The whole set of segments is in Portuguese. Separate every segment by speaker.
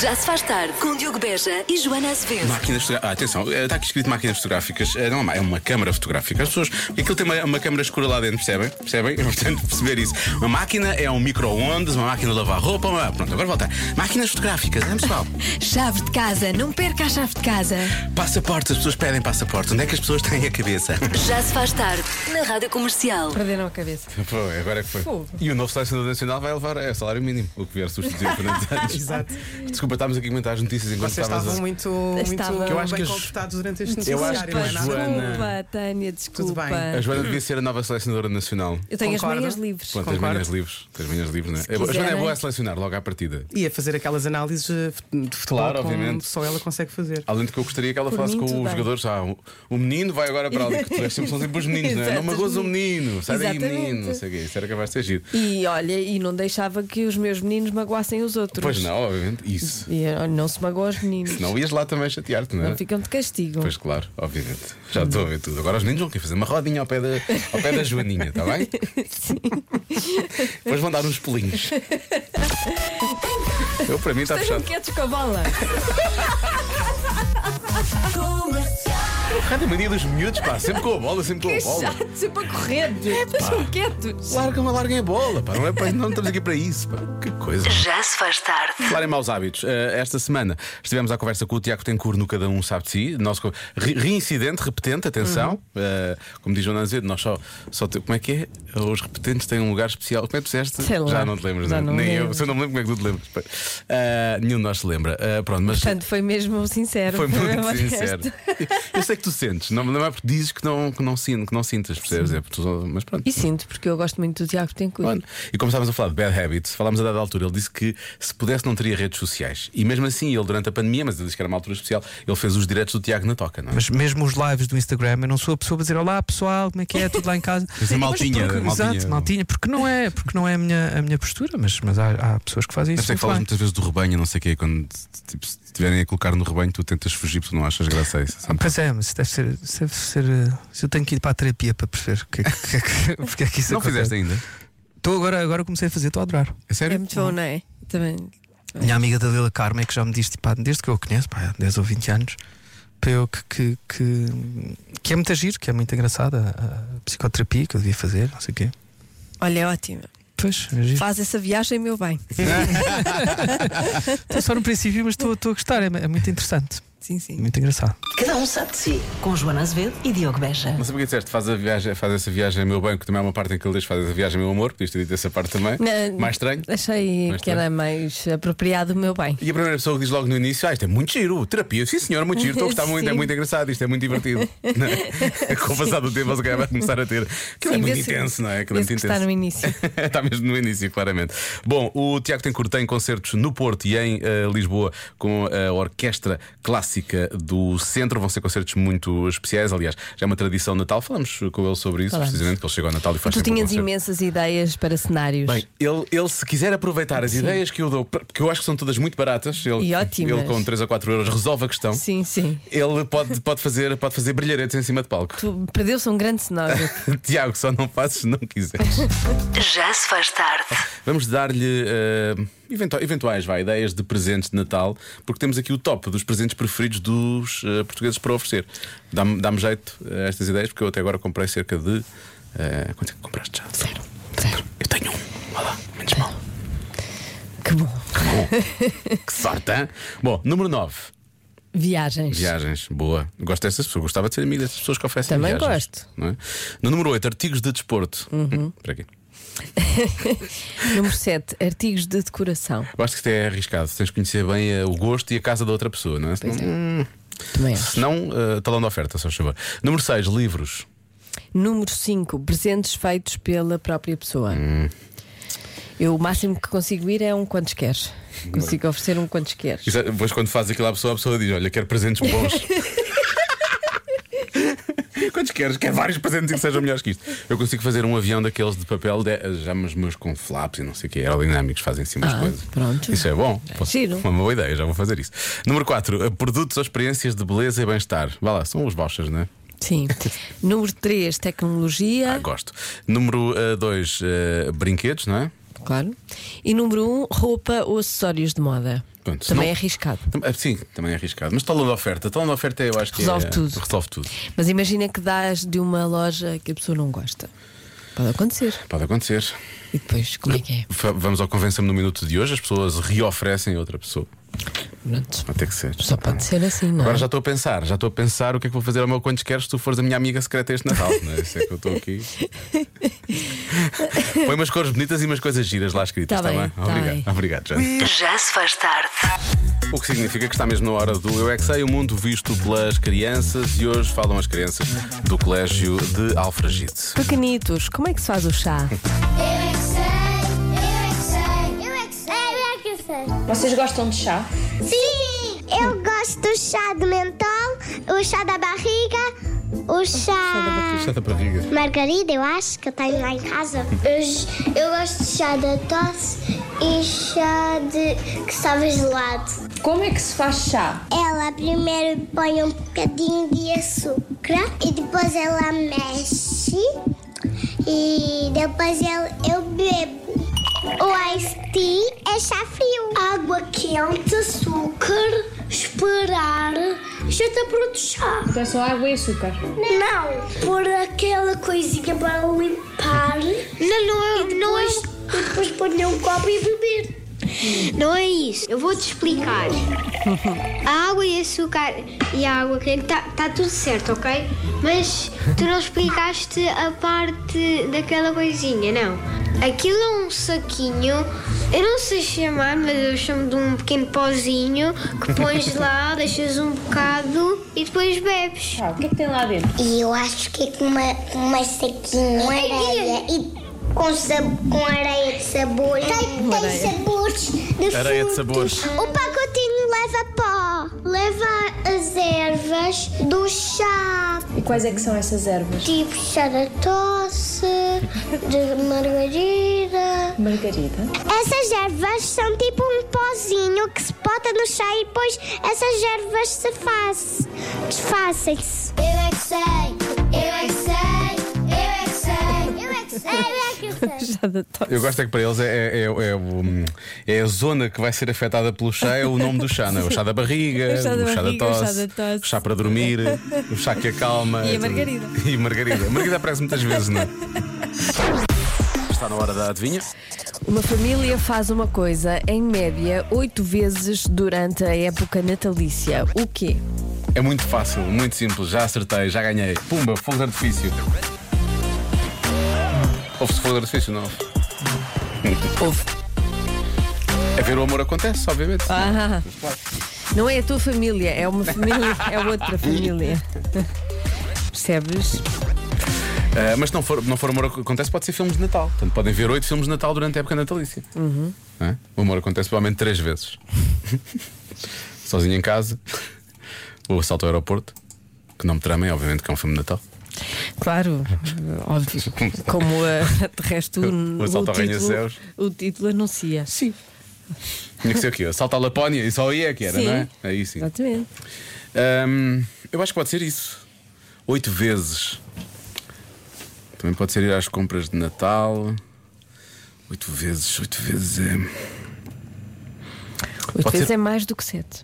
Speaker 1: Já se faz tarde com Diogo Beja e Joana Azevedo.
Speaker 2: Máquinas fotográficas. Ah, atenção, eh, está aqui escrito máquinas fotográficas. Eh, Não é uma- é uma câmara fotográfica. As pessoas. porque Aquilo tem uma, uma câmara escura lá dentro, percebem? Percebem? É importante perceber isso. Uma máquina é um micro-ondas, uma máquina de lavar roupa. Uma... Pronto, agora voltar. Máquinas fotográficas, é pessoal?
Speaker 3: Chave de casa, não perca a chave de casa.
Speaker 2: Passaportes, as pessoas pedem passaporte. Onde é que as pessoas têm a cabeça?
Speaker 1: Já se faz tarde na Rádio Comercial.
Speaker 3: Perderam a cabeça.
Speaker 2: Foi, agora é que foi.
Speaker 3: Fogo.
Speaker 2: E o novo selecionador nacional vai levar é, salário mínimo, o que vier substituir durante anos.
Speaker 4: Exato.
Speaker 2: Desculpa, estávamos aqui a comentar as notícias enquanto
Speaker 4: Vocês
Speaker 2: estavas
Speaker 4: estavam
Speaker 2: a.
Speaker 4: muito,
Speaker 3: Estavam.
Speaker 4: muito
Speaker 3: Que eu
Speaker 2: acho
Speaker 4: bem
Speaker 2: que as-
Speaker 4: comportados durante este
Speaker 2: Eu acho
Speaker 4: noticiário,
Speaker 2: que
Speaker 4: não é nada?
Speaker 2: Joana-
Speaker 3: Desculpa, Tânia, desculpa.
Speaker 4: Tudo bem.
Speaker 2: A Joana devia ser a nova selecionadora nacional.
Speaker 3: Eu tenho
Speaker 4: Concordo.
Speaker 3: as meias livres.
Speaker 2: Pronto, as
Speaker 4: Concordo.
Speaker 2: meninas livres. As meninas livres, não é? A Joana é
Speaker 3: quiserem.
Speaker 2: boa a selecionar logo à partida.
Speaker 4: E a fazer aquelas análises eh, de futebol
Speaker 2: Claro,
Speaker 4: como
Speaker 2: obviamente.
Speaker 4: só ela consegue fazer.
Speaker 2: Além do que eu gostaria que ela
Speaker 3: Por
Speaker 2: falasse
Speaker 3: mim,
Speaker 2: com
Speaker 3: tudo
Speaker 2: os
Speaker 3: bem.
Speaker 2: jogadores. Ah, o- o menino vai agora para ali. Que tu és sempre- são sempre os meninos, não é? Não
Speaker 3: Exato,
Speaker 2: magoas
Speaker 3: os
Speaker 2: o menino. Sai daí,
Speaker 3: Exatamente.
Speaker 2: menino. Não sei o quê. Isso era capaz de ser giro.
Speaker 3: E olha, e não deixava que os meus meninos magoassem os outros.
Speaker 2: Pois não, obviamente. Isso.
Speaker 3: E olha, não se magoa os meninos.
Speaker 2: Não ias lá também chatear-te, não é?
Speaker 3: Não ficam de castigo.
Speaker 2: Pois claro, obviamente. Já estou a ver tudo. Agora os meninos vão querer fazer uma rodinha ao pé da, ao pé da Joaninha, está bem? Depois vão dar uns pulinhos. Eu, para mim, está
Speaker 3: Estejam
Speaker 2: tá fechado.
Speaker 3: quietos com a bola.
Speaker 2: Cada mania dos miúdos, pá, sempre com a bola, sempre com
Speaker 3: Que
Speaker 2: a bola.
Speaker 3: chato, sempre a correr. Estejam quietos.
Speaker 2: Largam, larguem a bola, pá. Não, é para, não estamos aqui para isso, pá. Que coisa.
Speaker 1: Já se faz tarde.
Speaker 2: Falar em maus hábitos. Eh, esta semana estivemos à conversa com o Tiago Tencourt no Cada Um Sabe de Si. Nosso co- re- reincidente, repetente,
Speaker 3: Uhum.
Speaker 2: atenção. Eh, como diz o Azevedo, nós só, só. te- Como é que é? Os repetentes têm um lugar especial. Como é que disseste?
Speaker 3: Sei lá.
Speaker 2: Já não te lembras,
Speaker 3: Já
Speaker 2: né?
Speaker 3: não
Speaker 2: Nem eu.
Speaker 3: lembro.
Speaker 2: Se eu não me lembro, como é que tu te lembras? Pá. Eh, nenhum de nós se lembra. Eh, pronto, mas.
Speaker 3: Portanto, um foi mesmo sincero.
Speaker 2: Foi
Speaker 3: mesmo
Speaker 2: muito
Speaker 3: honesto.
Speaker 2: sincero. Eu sei que tu sentes, não, não é porque dizes que não, que não, sin- que não sintas, percebes? É porque tu- mas pronto.
Speaker 3: E sinto, porque eu gosto muito do Tiago Tencourt.
Speaker 2: Olha, E como estávamos a falar de bad habits, falámos a dada altura. Ele disse que se pudesse não teria redes sociais. E mesmo assim, ele durante a pandemia, mas ele disse que era uma altura especial, ele fez os diretos do Tiago na Toca, não é?
Speaker 5: Mas mesmo os lives do Instagram, eu não sou a pessoa a dizer olá pessoal, como é que é? Tudo lá em casa.
Speaker 2: Mas a maltinha,
Speaker 5: porque,
Speaker 2: a maltinha.
Speaker 5: Exato, maltinha, porque não é, porque não é a, minha, a minha postura, mas, mas há, há pessoas que fazem
Speaker 2: Eu
Speaker 5: isso.
Speaker 2: sei que falas
Speaker 5: muito
Speaker 2: muitas vezes do rebanho, não sei o quê, quando tipo, se estiverem a colocar no rebanho, tu tentas fugir porque tu não achas graça a isso.
Speaker 5: bem. Pois é, mas isso deve ser, isso deve ser, eh, se eu tenho que ir para a terapia para perceber o que, é que- que- porque é que isso
Speaker 2: Não
Speaker 5: acontece.
Speaker 2: fizeste ainda?
Speaker 5: Estou agora, agora comecei a fazer, estou a adorar.
Speaker 2: É sério?
Speaker 3: É muito bom, não é? Também.
Speaker 5: Minha amiga da Lila Carmen, que já me disse, tipo, há- desde que eu a conheço, pá, há 10 ou 20 anos, para eu que, que, que, que é muito agir, que é muito engraçada a, a psicoterapia que eu devia fazer, não sei o quê.
Speaker 3: Olha, é ótimo.
Speaker 5: Pois, é giro.
Speaker 3: Faz essa viagem, meu bem.
Speaker 5: Estou É só no princípio, mas estou estou a gostar. É, é muito interessante.
Speaker 3: Sim, sim.
Speaker 5: Muito engraçado.
Speaker 1: Cada um sabe de si. Com Joana Azevedo e Diogo Beja.
Speaker 2: Não sei porque disseste, faz, a viagem, faz essa viagem meu bem, que também há uma parte em que ele diz faz essa viagem meu amor, podias ter dito essa parte também.
Speaker 3: Não.
Speaker 2: Mais estranho.
Speaker 3: Achei
Speaker 2: Mas
Speaker 3: que era mais apropriado o meu bem.
Speaker 2: E a primeira pessoa que diz logo no início: Ah, isto é muito giro, terapia. Sim, senhor, muito giro, estou a gostar muito, é
Speaker 3: Sim.
Speaker 2: muito engraçado, isto é muito divertido. Não é? Com o passar do tempo, você vai começar a ter. Aquilo é
Speaker 3: Sim,
Speaker 2: muito
Speaker 3: vê-se-
Speaker 2: intenso, não é? Aquilo é
Speaker 3: vê-se
Speaker 2: muito
Speaker 3: que está
Speaker 2: intenso.
Speaker 3: no início.
Speaker 2: Está mesmo no início, claramente. Bom, o Tiago Tencourt tem concertos no Porto e em eh, Lisboa com a Orquestra Clássica do Centro. Vão ser concertos muito especiais. Aliás, já é uma tradição de Natal. Falamos com ele sobre isso,
Speaker 3: Falamos.
Speaker 2: precisamente, que ele chegou ao Natal e faz
Speaker 3: Tu
Speaker 2: sempre um
Speaker 3: tinhas
Speaker 2: concerto.
Speaker 3: imensas ideias para cenários.
Speaker 2: Bem, ele, ele se quiser aproveitar as ideias que eu dou, porque eu acho que são todas muito baratas, ele,
Speaker 3: E ótimas.
Speaker 2: ele com 3 ou 4 euros resolve a questão.
Speaker 3: Sim, sim.
Speaker 2: Ele pode, pode fazer, pode fazer brilharetes em cima de palco.
Speaker 3: Tu perdeu-se um grande cenógrafo.
Speaker 2: Tiago, só não fazes se não quiseres.
Speaker 1: Já se faz tarde.
Speaker 2: Vamos dar-lhe eh, eventua- eventuais vai, ideias de presentes de Natal, porque temos aqui o top dos presentes preferidos dos eh, portugueses para oferecer. Dá-me dá-me jeito eh, a estas ideias, porque eu até agora comprei cerca de. eh, quanto é que compraste já? Zero. Zero. Eu tenho um. Olha lá, menos mal.
Speaker 3: Que bom.
Speaker 2: Que sorte, hein? Bom, número 9.
Speaker 3: Viagens.
Speaker 2: Viagens, boa. Gosto dessas pessoas, gostava de ser amigo dessas pessoas que oferecem
Speaker 3: Também
Speaker 2: viagens,
Speaker 3: gosto. Uhum.
Speaker 2: não é? No número 8, artigos de desporto. Hum, espera aqui.
Speaker 3: Número 7, artigos de decoração.
Speaker 2: Eu acho que isto é arriscado. Tens de conhecer bem eh, o gosto e a casa da outra pessoa, não é? Se não,
Speaker 3: Também acho.
Speaker 2: se não, eh, talão de oferta, só chuva. Número 6, livros.
Speaker 3: Número 5, presentes feitos pela própria pessoa.
Speaker 2: Hum.
Speaker 3: Eu o máximo que consigo ir é um quantos queres. Consigo oferecer um quantos queres.
Speaker 2: Isso é- Depois, quando fazes aquilo à pessoa, a pessoa diz: Olha, quero presentes bons. Quantos queres? Quer vários presentes e que sejam melhores que isto. Eu consigo fazer um avião daqueles de papel, de- já mas meus com flaps e não sei o que, aerodinâmicos fazem assim umas
Speaker 3: Ah,
Speaker 2: coisas.
Speaker 3: pronto.
Speaker 2: Isso é bom. Posso-
Speaker 3: Giro.
Speaker 2: Uma boa ideia, já vou fazer isso. Número 4, produtos ou experiências de beleza e bem-estar. Vá lá, são os vouchers, não é?
Speaker 3: Sim. Número 3,
Speaker 2: Ah,
Speaker 3: tecnologia.
Speaker 2: gosto. Número 2, eh, brinquedos, não é?
Speaker 3: claro. E número um, roupa ou acessórios de moda.
Speaker 2: Pronto, se
Speaker 3: Também
Speaker 2: não-
Speaker 3: é arriscado.
Speaker 2: Tam- ah, Sim, também é arriscado. Mas tala de oferta. Tala de oferta eu acho que
Speaker 3: Resolve
Speaker 2: é,
Speaker 3: tudo.
Speaker 2: resolve tudo.
Speaker 3: Mas imagina que dás de uma loja que a pessoa não gosta. Pode acontecer.
Speaker 2: Pode acontecer.
Speaker 3: E depois, como é que é?
Speaker 2: Fa- Vamos ao convença-me no minuto de hoje. As pessoas reoferecem a outra pessoa.
Speaker 3: Pronto.
Speaker 2: Vai ter que ser.
Speaker 3: Só pode ser assim, não é?
Speaker 2: Agora já estou a pensar, já estou a pensar o que é que vou fazer ao meu quantos queres se tu fores a minha amiga secreta este Natal. Não é? Isso é que eu estou aqui. Põe umas cores bonitas e umas coisas giras lá escritas,
Speaker 3: Tá
Speaker 2: está
Speaker 3: bem,
Speaker 2: bem?
Speaker 3: tá
Speaker 2: Obrigado,
Speaker 3: bem.
Speaker 2: obrigado, Jane.
Speaker 1: Já se faz tarde.
Speaker 2: O que significa que está mesmo na hora do Eu é Que Sei, o mundo visto pelas crianças e hoje falam as crianças do Colégio de Alfragite.
Speaker 3: Pequenitos, como é que se faz o chá?
Speaker 6: Eu é que sei, eu é que sei, eu é que sei, eu é que sei.
Speaker 7: Vocês gostam de chá?
Speaker 6: Sim, eu gosto do chá de mentol, o chá da barriga, o chá.
Speaker 2: Santa barriga.
Speaker 6: Margarida, eu acho que eu tenho lá em casa. Eu, gosto de chá da tosse e chá de que estava gelado.
Speaker 7: Como é que se faz chá?
Speaker 6: Ela primeiro põe um bocadinho de açúcar e depois ela mexe e depois eu, eu bebo. O ice tea é chá frio. Água quente, açúcar, esperar. Já está pronto o chá.
Speaker 7: Então é só água e açúcar.
Speaker 6: Não, por aquela coisinha para limpar. Não, não, não é. E depois pôr num copo e beber. Não é isso.
Speaker 8: Eu vou te explicar. A água e açúcar e a água quente está tudo certo, ok? Mas tu não explicaste a parte daquela coisinha, não. Aquilo é um saquinho, eu não sei chamar, mas eu chamo de um pequeno pozinho que pões lá, deixas um bocado e depois bebes.
Speaker 7: Ah, o que é que tem lá dentro?
Speaker 6: E eu acho que é com uma, uma saquinha com areia e com, sab- com areia de sabor. Tem, tem sabores de
Speaker 2: Areia de frutos. sabores.
Speaker 6: O pacotinho leva pó, leva as ervas do chá,
Speaker 7: E quais é que são essas ervas?
Speaker 6: tipo chá da tosse, de margarida.
Speaker 7: Margarida.
Speaker 6: Essas ervas são tipo um pozinho que se bota no chá e depois essas ervas se faz, desfazem-se. Eu é que sei, eu é que sei, eu é que sei, eu é que sei, eu é que sei.
Speaker 3: Chá da tosse.
Speaker 2: Eu gosto é que para eles é, é, é, é o- é a zona que vai ser afetada pelo chá, é o nome do chá, não é? O chá da barriga,
Speaker 3: O chá da
Speaker 2: o chá da
Speaker 3: barriga, o chá
Speaker 2: tosse,
Speaker 3: da tosse.
Speaker 2: o chá para dormir, o chá que acalma.
Speaker 3: E a
Speaker 2: é tudo.
Speaker 3: margarida.
Speaker 2: E margarida. Margarida aparece muitas vezes, não é? Está na hora da adivinha.
Speaker 3: Uma família faz uma coisa, em média, oito vezes durante a época natalícia. O quê?
Speaker 2: É muito fácil, muito simples, já acertei, já ganhei. Pumba, fogo de artifício. Houve-se fogo de artifício, não? houve?
Speaker 3: Houve.
Speaker 2: É ver o amor acontece, obviamente.
Speaker 3: Ah, não é a tua família, é uma família, é outra família. Percebes?
Speaker 2: Ah, mas se não for, não for amor acontece, pode ser filmes de Natal. Portanto, podem ver oito filmes de Natal durante a época natalícia. Não é? O amor acontece provavelmente três vezes: sozinho em casa, o assalto ao aeroporto, que não me tramem, obviamente, que é um filme de Natal.
Speaker 3: Claro, óbvio. Como a, de resto
Speaker 2: O tá
Speaker 3: o,
Speaker 2: assalto ao
Speaker 3: título,
Speaker 2: arranha-céus.
Speaker 3: o título anuncia.
Speaker 2: Sim. Tinha que ser o quê? Assalto à Lapónia, e só aí é que era,
Speaker 3: Sim.
Speaker 2: não é? Aí sim.
Speaker 3: Exatamente.
Speaker 2: Ahm, eu acho que pode ser isso. Oito vezes. Também pode ser ir às compras de Natal. Oito vezes, oito vezes é.
Speaker 3: Oito
Speaker 2: Pode
Speaker 3: vezes
Speaker 2: ser-
Speaker 3: é mais do que sete.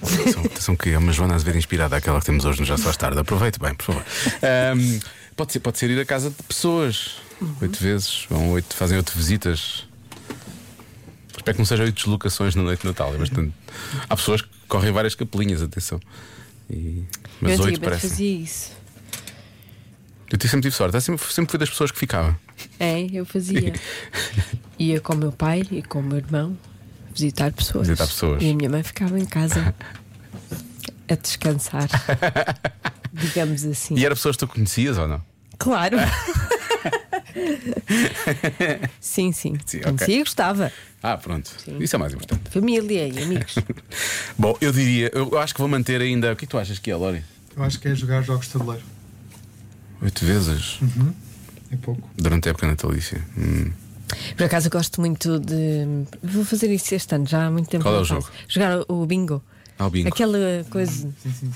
Speaker 2: Atenção, atenção que é uma Joana a ver inspirada àquela que temos hoje no Já Se Faz Tarde. Aproveite bem, por favor. Ahm, pode, ser, pode ser ir à casa de pessoas. Oito vezes. Vão oito, fazem oito visitas. Espero que não sejam oito deslocações na noite de Natal. É bastante... Há pessoas que correm várias capelinhas, atenção. E- Mas
Speaker 3: Eu
Speaker 2: oito
Speaker 3: antigamente
Speaker 2: parece.
Speaker 3: fazia isso.
Speaker 2: Eu sempre tive sorte. Eu sempre, sempre fui das pessoas que ficava.
Speaker 3: É, eu fazia. Ia com o meu pai e com o meu irmão visitar pessoas.
Speaker 2: Visitar pessoas.
Speaker 3: E a minha mãe ficava em casa a descansar. digamos assim.
Speaker 2: E eram pessoas que tu conhecias ou não?
Speaker 3: Claro. sim, sim.
Speaker 2: Sim, ok.
Speaker 3: Conhecia e gostava.
Speaker 2: Ah, pronto. Isso é mais importante.
Speaker 3: Família e amigos.
Speaker 2: Bom, eu diria, eu eu acho que vou manter ainda. O que é que tu achas que é, Lori?
Speaker 9: Eu acho que é jogar jogos de tabuleiro.
Speaker 2: Oito vezes
Speaker 9: É pouco.
Speaker 2: durante a época natalícia. Hum.
Speaker 3: Por acaso eu gosto muito de. Vou fazer isso este ano, já há muito tempo.
Speaker 2: Qual é
Speaker 3: não
Speaker 2: o
Speaker 3: faço.
Speaker 2: jogo?
Speaker 3: Jogar o bingo.
Speaker 2: Ah, o bingo.
Speaker 3: Aquela coisa,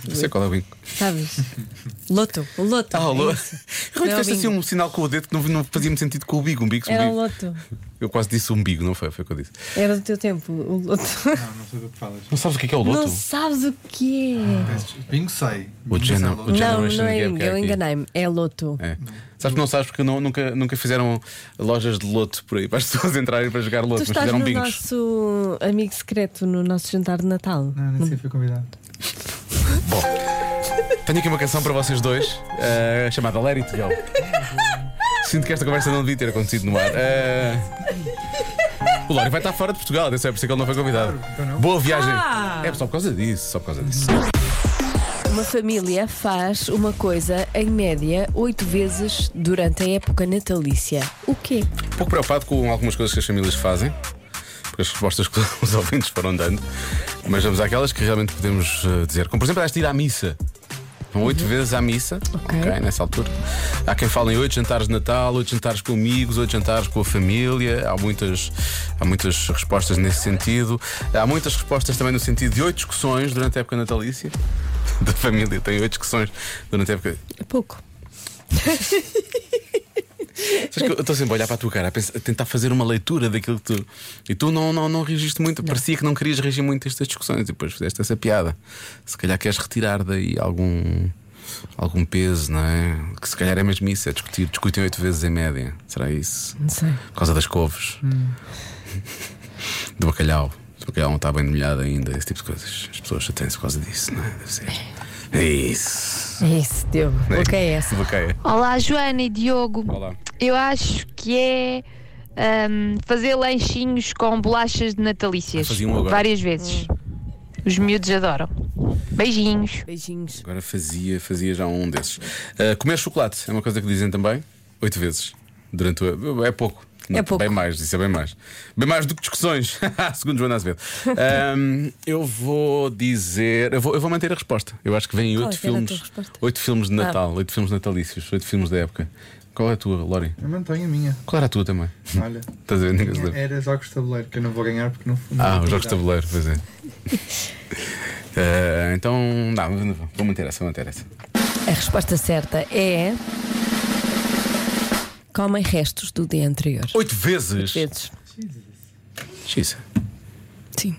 Speaker 2: Não sei qual é o bingo.
Speaker 3: sabes? Loto, o loto.
Speaker 2: Ah, o
Speaker 3: é
Speaker 2: lo-
Speaker 3: isso.
Speaker 2: Realmente
Speaker 3: Não é o
Speaker 2: fizeste assim
Speaker 3: bingo.
Speaker 2: um sinal com o dedo que não, não fazia muito sentido com o bigo. Um bigo, um
Speaker 3: Era o
Speaker 2: bigo.
Speaker 3: loto.
Speaker 2: Eu quase disse um bigo, não foi? Foi o que eu disse.
Speaker 3: Era do teu tempo, o loto.
Speaker 9: Não, não sei do que falas.
Speaker 2: Não sabes o que é, que é o
Speaker 3: Não
Speaker 2: Ah, loto?
Speaker 3: sabes o que é.
Speaker 9: Peço- Bingo sei.
Speaker 2: O
Speaker 9: Bingo
Speaker 2: género-
Speaker 9: sei lá.
Speaker 2: o género-
Speaker 3: Não,
Speaker 2: Generation
Speaker 3: não é
Speaker 2: Gap
Speaker 3: bingo,
Speaker 2: que há
Speaker 3: eu
Speaker 2: aqui.
Speaker 3: enganei-me. É loto.
Speaker 2: É. Sabes que não sabes porque não- nunca, nunca fizeram lojas de loto por aí para as pessoas entrarem para jogar
Speaker 3: Tu
Speaker 2: loto, mas
Speaker 3: estás
Speaker 2: fizeram
Speaker 3: no
Speaker 2: bingos.
Speaker 3: nosso amigo secreto no nosso jantar de Natal.
Speaker 9: Não, nem sei, fui convidado.
Speaker 2: Tenho aqui uma canção para vocês dois, eh, chamada Let It Go. Sinto que esta conversa não devia ter acontecido no ar. Eh, o Lório vai estar fora de Portugal, atenção, é por isso que ele não foi convidado. Boa viagem. É só por causa disso, só por causa disso.
Speaker 3: Uma família faz uma coisa em média oito vezes durante a época natalícia. O quê?
Speaker 2: um pouco preocupado com algumas coisas que as famílias fazem, porque as respostas que os ouvintes foram dando, mas vamos àquelas que realmente podemos eh, dizer. Como, por exemplo, esta ir à missa. Vão oito vezes à missa,
Speaker 3: Ok.
Speaker 2: ok, nessa altura. Há quem fala em oito jantares de Natal, oito jantares com amigos, oito jantares com a família. Há muitas, há muitas respostas nesse sentido. Há muitas respostas também no sentido de oito discussões durante a época natalícia. Da família tem oito discussões durante a época.
Speaker 3: É pouco.
Speaker 2: Sabes que eu estou sempre a olhar para a tua cara, a, pensar- a tentar fazer uma leitura daquilo que tu. E tu não, não, não reagiste muito. Parecia que não querias reagir muito a estas discussões e depois fizeste essa piada. Se calhar queres retirar daí algum. Algum peso, não é? Que se calhar é mesmo isso, é discutir. Discutem oito vezes em média. Será isso?
Speaker 3: Não sei.
Speaker 2: Por causa das couves. Do bacalhau. O bacalhau não está bem molhado ainda, esse tipo de coisas. As pessoas chateiam-se por causa disso, não é? Deve ser. É isso.
Speaker 3: É isso, Diogo. O que é essa?
Speaker 2: Boqueia.
Speaker 10: Olá, Joana e Diogo.
Speaker 2: Olá.
Speaker 10: Eu acho que é ahm, fazer lanchinhos com bolachas de natalícias.
Speaker 2: Ah, fazia um agora.
Speaker 10: Várias vezes. Os miúdos adoram. Beijinhos.
Speaker 3: Beijinhos.
Speaker 2: Agora fazia, fazia já um desses. Ah, comer chocolate é uma coisa que dizem também, oito vezes. Durante o, é pouco. Não,
Speaker 3: pouco.
Speaker 2: Bem mais, isso é bem mais. Bem mais do que discussões, segundo Joana Azevedo. Ahm, eu vou dizer. Eu vou, eu vou manter a resposta. Eu acho que vêm
Speaker 3: Qual
Speaker 2: oito
Speaker 3: é que era a tua
Speaker 2: filmes.
Speaker 3: resposta? Ah.
Speaker 2: Oito filmes de Natal, oito filmes natalícios, oito filmes da época. Qual é a tua, Lori?
Speaker 9: Eu mantenho a minha.
Speaker 2: Qual era a tua também?
Speaker 9: Olha.
Speaker 2: Estás a ver? Ninguém se lembra.
Speaker 9: Era jogos de tabuleiro, que eu não vou ganhar porque não fui.
Speaker 2: Ah, os jogos de tabuleiro, pois é. Ah, então, não, vou manter essa, vou manter essa.
Speaker 3: A resposta certa é. Comem restos do dia anterior.
Speaker 2: Oito vezes?
Speaker 3: Vezes.
Speaker 2: Xisa.
Speaker 3: Sim.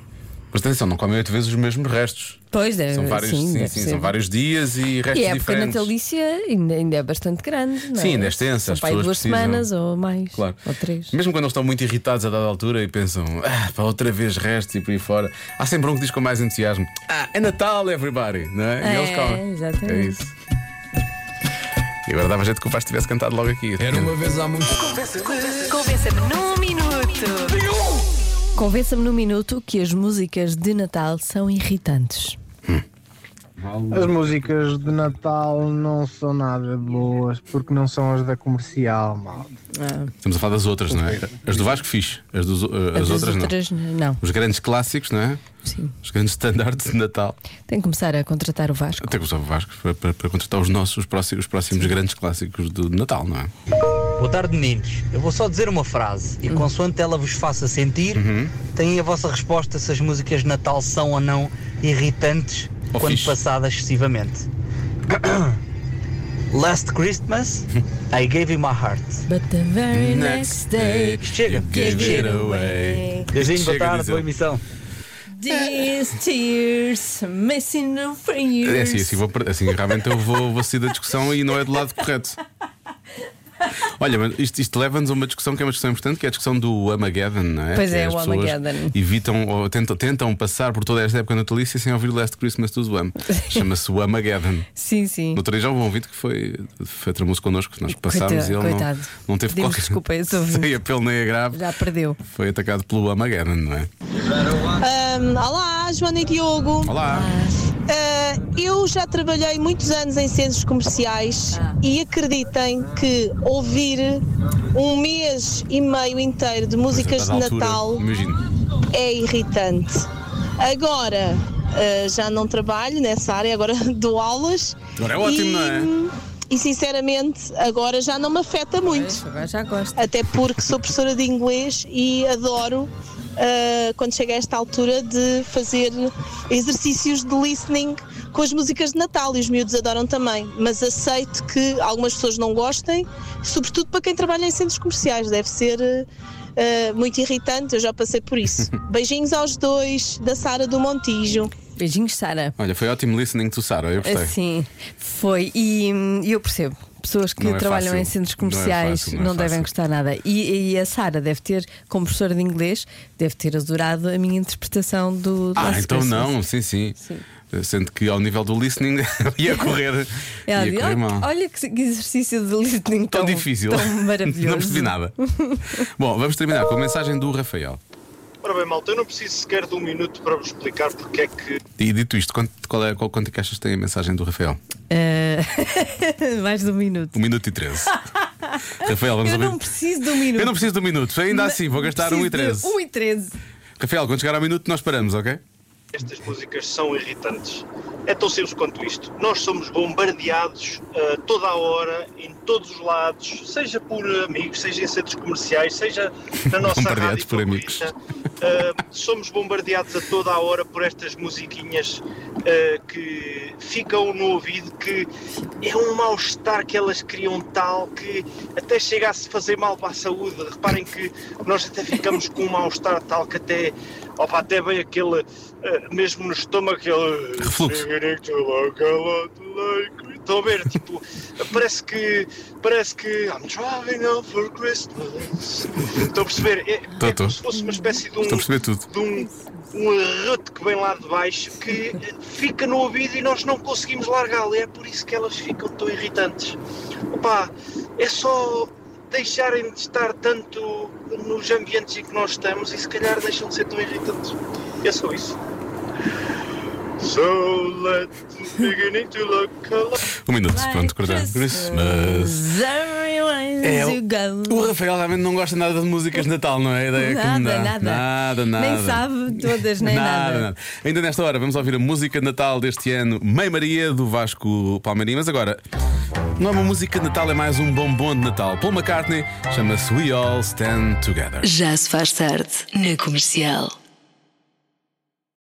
Speaker 2: Mas atenção, não comem oito vezes os mesmos restos.
Speaker 3: Pois é.
Speaker 2: São vários,
Speaker 3: sim,
Speaker 2: sim,
Speaker 3: deve
Speaker 2: sim,
Speaker 3: ser.
Speaker 2: são vários dias e restos
Speaker 3: E é a época
Speaker 2: diferentes.
Speaker 3: natalícia ainda, ainda é bastante grande. Não é?
Speaker 2: Sim, ainda é extensa,
Speaker 3: São
Speaker 2: as
Speaker 3: para aí
Speaker 2: pessoas
Speaker 3: duas
Speaker 2: precisam.
Speaker 3: semanas ou mais.
Speaker 2: Claro.
Speaker 3: Ou três.
Speaker 2: Mesmo quando eles estão muito irritados a dada altura e pensam, ah, para outra vez restos e por aí fora, há sempre um que diz com mais entusiasmo: Ah, é Natal, everybody! Não é? E
Speaker 3: É,
Speaker 2: eles comem.
Speaker 3: exatamente.
Speaker 2: É isso. E agora dava jeito que o Vasco tivesse cantado logo aqui. Era uma vez.
Speaker 1: Convença-me num minuto.
Speaker 3: Convença-me num minuto que as músicas de Natal são irritantes.
Speaker 11: As músicas de Natal não são nada boas porque não são as da comercial, mal.
Speaker 2: Estamos a falar das outras, não é? As do Vasco, fixe. As, dos- eh, as
Speaker 3: das
Speaker 2: outras, não.
Speaker 3: outras não.
Speaker 2: Os grandes clássicos, não é?
Speaker 3: Sim.
Speaker 2: Os grandes standards de Natal.
Speaker 3: Tem que começar a contratar o Vasco.
Speaker 2: Até que usava o Vasco para, para- para contratar os nossos os próximos, os próximos grandes clássicos do Natal, não é?
Speaker 11: Boa tarde, meninos. Eu vou só dizer uma frase e consoante ela vos faça sentir,
Speaker 2: Uhum.
Speaker 11: têm a vossa resposta se as músicas de Natal são ou não irritantes
Speaker 2: Ou
Speaker 11: quando
Speaker 2: Oh, fixe.
Speaker 11: passadas excessivamente. Last Christmas, I gave you my heart.
Speaker 3: But the very next day,
Speaker 11: Chega.
Speaker 2: you gave
Speaker 3: Chega.
Speaker 2: it away.
Speaker 11: Beijinho, boa
Speaker 2: Chega,
Speaker 11: tarde,
Speaker 2: Diesel.
Speaker 11: boa emissão.
Speaker 3: these tears missing for you.
Speaker 2: É assim, assim, vou per- assim, realmente eu vou, vou sair da discussão e não é do lado correto. Olha, mas isto, isto leva-nos a uma discussão que é uma discussão importante, que é a discussão do Armageddon, não é?
Speaker 3: Pois
Speaker 2: Que
Speaker 3: é,
Speaker 2: as
Speaker 3: o
Speaker 2: pessoas
Speaker 3: Armageddon.
Speaker 2: Evitam ou tentam, tentam passar por toda esta época natalícia sem ouvir Last Christmas do Wham. Chama-se o Armageddon.
Speaker 3: Sim, sim.
Speaker 2: No outro dia já houve um ouvinte que foi, foi tramoço connosco, que nós passámos
Speaker 3: Coitado,
Speaker 2: e ele
Speaker 3: coitado.
Speaker 2: Não, não teve
Speaker 3: Pedimos
Speaker 2: qualquer.
Speaker 3: desculpa a esse ouvinte.
Speaker 2: sem apelo nem a grave.
Speaker 3: Já perdeu.
Speaker 2: Foi atacado pelo Armageddon, não é?
Speaker 10: olá, Joana e Diogo.
Speaker 2: Olá!
Speaker 10: Ah, eu já trabalhei muitos anos em centros comerciais e acreditem que ouvir um mês e meio inteiro de músicas
Speaker 2: Mas,
Speaker 10: de
Speaker 2: a dada altura,
Speaker 10: Natal
Speaker 2: Imagino.
Speaker 10: é irritante. Agora ah, já não trabalho nessa área, agora dou aulas.
Speaker 2: Agora é ótimo,
Speaker 10: e,
Speaker 2: não é?
Speaker 10: E sinceramente, agora já não me afeta muito.
Speaker 3: Agora já gosto.
Speaker 10: Até porque sou professora de inglês e adoro ah, quando chega a esta altura, de fazer exercícios de listening com as músicas de Natal e os miúdos adoram também. Mas aceito que algumas pessoas não gostem, sobretudo para quem trabalha em centros comerciais. Deve ser ah, muito irritante, eu já passei por isso. Beijinhos aos dois, da Sara do Montijo.
Speaker 3: Beijinhos, Sara.
Speaker 2: Olha, foi ótimo listening to Sara, eu gostei.
Speaker 3: Sim, foi. E hum, eu percebo. Pessoas que
Speaker 2: Não é
Speaker 3: trabalham
Speaker 2: fácil.
Speaker 3: em centros
Speaker 2: Não é
Speaker 3: comerciais
Speaker 2: fácil,
Speaker 3: não,
Speaker 2: não é
Speaker 3: devem
Speaker 2: fácil.
Speaker 3: gostar nada. E, e a Sara deve ter, como professora de inglês, deve ter adorado a minha interpretação do. do
Speaker 2: Ah,
Speaker 3: Last
Speaker 2: então
Speaker 3: Christmas.
Speaker 2: não, sim, sim. Sendo que ao nível do listening ia correr,
Speaker 3: Ela
Speaker 2: ia
Speaker 3: diz,
Speaker 2: correr mal.
Speaker 3: É, "Olha- olha que que exercício de listening tão,
Speaker 2: Tão difícil.
Speaker 3: tão maravilhoso.
Speaker 2: Não percebi nada. Bom, vamos terminar com a mensagem do Rafael.
Speaker 12: Ora bem, malta, eu não preciso sequer de um minuto para vos explicar porque é que
Speaker 2: E dito isto, quanto, qual é, qual, quanto é que achas que tem a mensagem do Rafael?
Speaker 3: Eh, mais de um minuto.
Speaker 2: Um minuto e treze. Rafael, vamos
Speaker 3: Eu
Speaker 2: ouvir.
Speaker 3: não preciso de um minuto.
Speaker 2: Eu não preciso de um minuto, ainda assim, vou gastar um e treze.
Speaker 3: 1 e 13.
Speaker 2: Rafael, quando chegar ao minuto, nós paramos, ok?
Speaker 12: estas músicas são irritantes. É tão simples quanto isto. Nós somos bombardeados ah, toda a hora, em todos os lados, seja por amigos, seja em centros comerciais, seja na nossa
Speaker 2: Bombardeados
Speaker 12: rádio
Speaker 2: por amigos.
Speaker 12: favorita. Ah, somos bombardeados a toda a hora por estas musiquinhas ah, que ficam no ouvido, que é um mal-estar que elas criam tal que até chega a se fazer mal para a saúde. Reparem que nós até ficamos com um mal-estar tal que até, opa, até bem aquele, ah, mesmo no estômago, aquele...
Speaker 2: Refluxo.
Speaker 12: Estão a ver, tipo, parece que, parece que I'm driving home for Christmas. Estão a perceber? É,
Speaker 2: Tô,
Speaker 12: é
Speaker 2: tô.
Speaker 12: como se fosse uma espécie de um,
Speaker 2: Estou a perceber tudo.
Speaker 12: de um, um arroto que vem lá de baixo que fica no ouvido e nós não conseguimos largá-lo. É por isso que elas ficam tão irritantes. Opa, é só deixarem de estar tanto nos ambientes em que nós estamos e se calhar deixam de ser tão irritantes. É só isso. So let's begin to look alive.
Speaker 2: Um minuto, pronto, cortar. Christmas. É, o, o Rafael realmente não gosta nada de músicas de Natal, não é? A ideia que me
Speaker 3: Nada,
Speaker 2: dá.
Speaker 3: nada.
Speaker 2: Nada, nada.
Speaker 3: Nem sabe todas, nem nada.
Speaker 2: Ainda nesta hora vamos ouvir a música de Natal deste ano, Mãe Maria, do Vasco Palmeirinho. Mas agora, não é uma música de Natal, é mais um bombom de Natal. Paul McCartney chama-se We All Stand Together.
Speaker 1: Já se faz tarde na comercial.